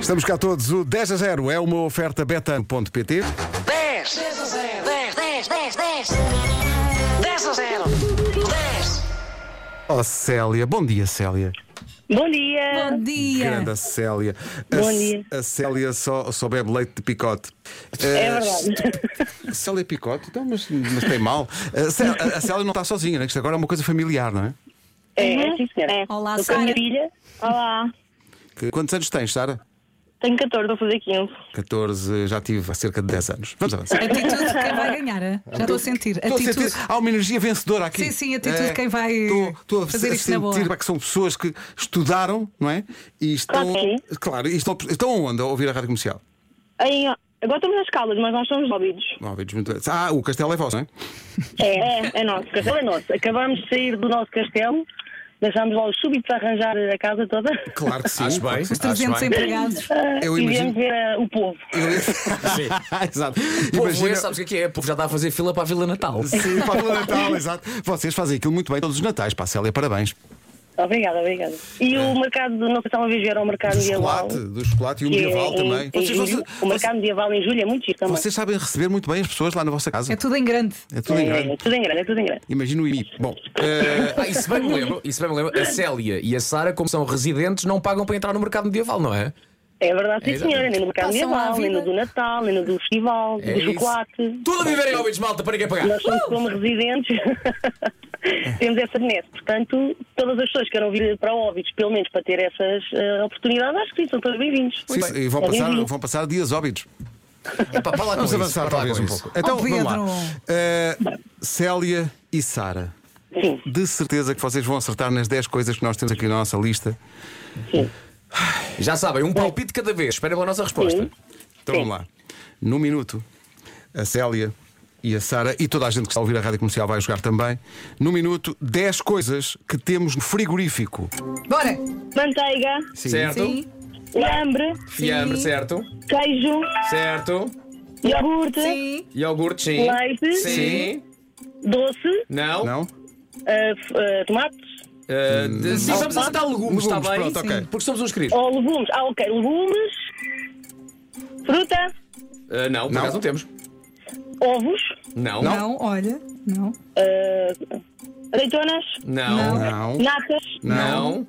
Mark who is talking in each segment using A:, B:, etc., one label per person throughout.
A: Estamos cá todos. O 10 a 0 é uma oferta betano.pt.
B: 10 10 10 10 10 10 a 0 10
A: Oh, Célia. Bom dia, Célia.
C: Bom dia.
D: Bom dia!
A: Grande a Célia. A,
C: Bom
A: C-
C: dia.
A: a Célia só, só bebe leite de picote.
C: É
A: Eh,
C: verdade.
A: Célia Picote? Então, mas, mas tem mal. A, Cé- a- a Célia não está sozinha, né? Que isto agora é uma coisa familiar, não é?
C: É, é sim, senhora. É.
D: Olá,
C: Estou com a
D: Sara.
C: minha filha. Olá.
A: Que- Quantos anos tens, Sara?
C: Tenho 14, vou fazer 15.
A: 14, já tive há cerca de 10 anos. Vamos avançar.
D: Atitude de quem vai ganhar, eh? já estou a sentir.
A: Estou a
D: Atitude.
A: sentir- há uma energia vencedora aqui. É,
D: Sim, sim, atitude de quem vai
A: estou, estou a
D: fazer
A: se-
D: isto na boa.
A: sentir pá, que são pessoas que estudaram, não é? E estão.
C: Claro que
A: Claro, e estão, estão onde a ouvir a rádio comercial?
C: Aí, ó, agora estamos nas escalas, mas nós somos óbidos.
A: Não, ouvidos muito- Ah, o castelo é vosso, não é?
C: É, é, é nosso. O castelo é nosso. Acabamos de sair do nosso castelo. Deixámos lá os súbitos a arranjar a casa toda.
A: Claro que sim.
E: Acho
A: claro
E: bem.
A: que sim.
D: Os 300 empregados.
A: Eu
C: e
A: imagino-
C: viemos ver eh, o povo.
A: Exato.
E: Povo é, sabes o que é que é? O povo já está a fazer fila para a Vila Natal.
A: Sim, para o Natal, exato. Vocês fazem aquilo muito bem todos os Natais, pá, Célia, parabéns.
C: Obrigada, obrigada. E o mercado, não sei se talvez vieram ao mercado
A: Do
C: medieval.
A: É. chocolate, do chocolate e o
C: que é
A: medieval
C: em-
A: também.
C: em
A: Vocês,
C: julho.
A: vocês,
C: o mercado
A: vocês,
C: medieval em julho é muito chique também.
A: vocês sabem receber muito bem as pessoas lá na vossa casa.
D: É tudo em grande.
A: É tudo em grande.
C: é, tudo em grande, é tudo em grande.
A: Imagino o IMI. Bom, eh,
E: Ah, isso bem me lembro, isso bem me lembro. A Célia e a Sara, como são residentes, não pagam para entrar no mercado medieval, não é?
C: É verdade,
E: É
C: sim, senhora. Nem no mercado
D: Passam lá a
C: medieval, nem
D: vida.
C: no do Natal, nem no do festival,
E: É
C: do
E: isso.
C: chocolate.
E: Tudo a viverem óbitos, malta, para quem pagar?
C: Nós somos como residentes, temos essa benesse. Portanto, todas as pessoas que queiram vir para Óbidos, pelo menos para ter essas eh, oportunidades, acho que sim, são todos bem-vindos.
A: sim,
E: bem.
A: e vão
C: É
A: passar,
C: bem-vindo.
A: vão passar dias óbidos.
E: Epá, para lá com
A: Vamos
E: isso,
A: avançar
E: para lá
A: talvez
E: com
A: um
E: isso.
A: pouco. Então,
D: Oh,
A: vamos lá.
D: Pedro.
A: Eh, Célia e Sara.
C: Sim,
A: De certeza que vocês vão acertar nas 10 coisas que nós temos aqui na nossa lista.
C: sim.
E: Já sabem, um palpite cada vez. Esperem pela nossa resposta.
C: Sim.
A: Então vamos lá. No minuto, a Célia e a Sara e toda a gente que está a ouvir a rádio comercial vai jogar também. No minuto, 10 coisas que temos no frigorífico.
D: Bora!
C: Manteiga,
E: Certo?
D: Sim,
C: lambre,
E: Fiambre,
D: Sim.
E: certo?
C: queijo,
E: Certo?
C: iogurte,
D: sim.
E: Iogurte, sim.
C: Leite.
E: Sim.
C: doce,
E: Não.
A: Não?
C: eh, f- eh, tomates
E: Ah, de- sim, vamos acertar legumes, está
A: Legumes,
E: bem?
A: pronto, ok.
E: Porque somos uns queridos.
C: ou legumes. Ah, ok, legumes, fruta,
E: Ah, não, por
A: Não.
E: acaso não temos.
C: ovos,
E: Não.
D: Não, olha, não.
C: eh, azeitonas,
E: Não.
A: Não.
C: natas,
E: Não.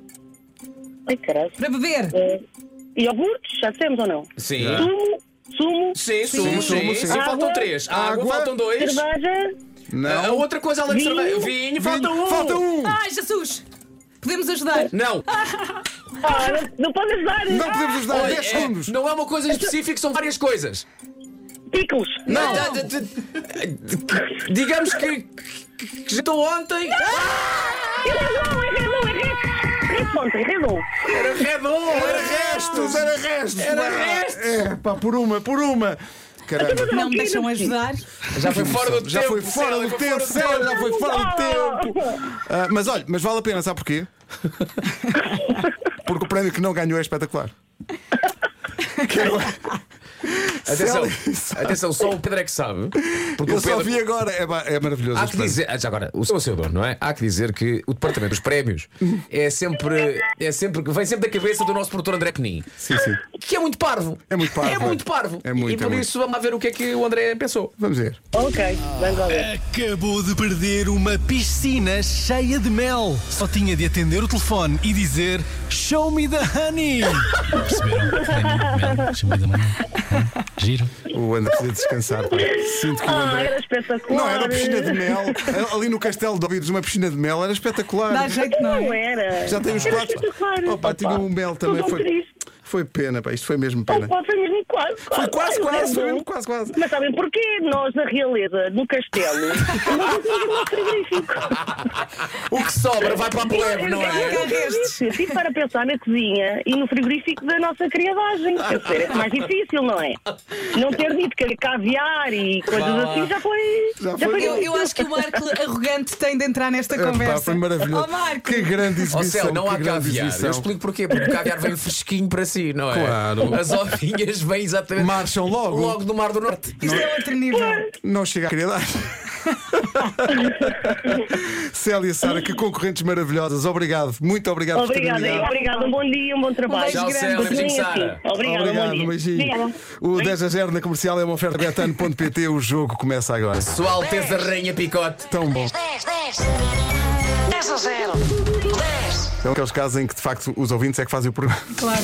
C: ai caralho,
D: Para beber!
C: eh, iogurtes, já dissemos ou não?
E: Sim.
C: Sumo, sumo,
A: Sim,
E: Sim, sim, sim.
A: sim, sim.
E: Sim, faltam
C: Água.
E: três. Água,
A: Água.
E: faltam dois.
C: cerveja,
E: A
A: Não.
E: outra coisa além de
C: Vinho.
E: cerveja. Vinho, falta um.
A: Falta um!
D: Ai, Jesus! Podemos ajudar?
E: Não,
C: Ah, não- não pode ajudar.
A: Não podemos ajudar.
E: Olha,
A: 10
E: é,
A: segundos.
E: não é uma coisa em específico, são várias coisas.
C: Pickles.
E: Não. Digamos que, que, que já estou ontem.
C: Erradão, erradão, erradão. Responde, erradão.
E: Era redom, era resto.
A: era restos!
E: Era
A: vá.
E: restos.
A: É, pá, por uma, por uma! Caramba!
D: Não me deixam ajudar?
E: Já foi fora do
A: Já
E: tempo.
A: foi fora
E: Célia,
A: do
E: foi
A: tempo,
E: fora do
A: Célia, já foi fora
C: Oh!
A: do tempo! Ah, mas olha, mas vale a pena, sabe porquê? Porque o prémio que não ganhou é espetacular. Que agora-
E: Atenção, atenção, só o Pedro é que sabe. Porque
A: Eu
E: o
A: só
E: Pedro,
A: vi agora, é, ba- é maravilhoso.
E: Há
A: este
E: que
A: prémio.
E: dizer, ah, já agora, o seu, o seu dono, não é? Há que dizer que o departamento dos prémios é sempre, é sempre, vem sempre da cabeça do nosso produtor André Penin,
A: Sim, sim.
E: que é muito parvo.
A: É muito parvo,
E: É muito parvo.
A: é muito,
E: e por
A: é
E: isso vamos lá ver o que é que o André pensou.
A: Vamos ver.
C: Ok, vamos lá ver.
F: Acabou de perder uma piscina cheia de mel. Só tinha de atender o telefone e dizer Show me the honey. Perceberam? Honey, mel, show me the money. Hum, Giro.
A: O André precisa descansar. pá. Sinto que o
C: Ah,
A: André.
C: era espetacular.
A: Não, era piscina de mel. Ali no Castelo de Ouvidos, uma piscina de mel, era
D: Dá
A: espetacular.
D: jeito, não
C: Não
D: é?
C: era.
A: Já tem os
C: Era
A: quatro.
C: espetacular.
A: Opa, tinha um mel também.
C: Estou
A: Foi,
C: tão triste.
A: foi pena, pá. Isto foi mesmo pena.
C: Opa, foi mesmo quase, quase.
A: Foi quase,
C: Ai,
A: quase, foi
C: erradão.
A: mesmo quase, quase.
C: Mas sabem porquê? Nós, na realeza, no castelo, nós não temos um frigorífico.
E: O que sobra vai para a plebe, não
D: Eu
E: é?
D: quero restos.
C: Eu Tive para pensar na cozinha e no frigorífico da nossa criadagem. Quer dizer, é mais difícil, não é? Não ter dito que caviar e coisas assim já foi.
A: Já foi.
D: Eu,
C: difícil.
D: eu acho que o Marco arrogante tem de entrar nesta
A: Epá,
D: conversa.
A: É foi maravilhoso.
D: Oh, Marco!
A: que grande exibição.
E: Ó céu, não
A: que
E: há
A: grande
E: caviar. Eu
A: exibição.
E: explico porquê, porque o caviar vem fresquinho para si, não é?
A: Claro.
E: As ovinhas vêm exatamente
A: Marcham logo.
E: logo do Mar do Norte.
D: Isto é outro nível.
A: Não chega a querer dar. Célia Sara, que concorrentes maravilhosas. Obrigado, muito obrigado por
C: Obrigada,
A: terem ligado.
C: obrigada. Um bom dia, um bom trabalho.
D: beijo Tchau, grande. Célia,
C: Continuem
E: beijinho,
C: assim.
E: Sara.
C: Obrigada, bom
A: Obrigado,
C: dia.
A: um beijinho.
C: Obrigada.
A: O 10 a 0 na comercial é uma oferta betano.pt. O jogo começa agora.
E: Sua Alteza Rainha Picote.
A: Tão bom.
B: 10, 10, 10. 10 a 0. 10.
A: São aqueles casos em que, de facto, os ouvintes é que fazem o programa.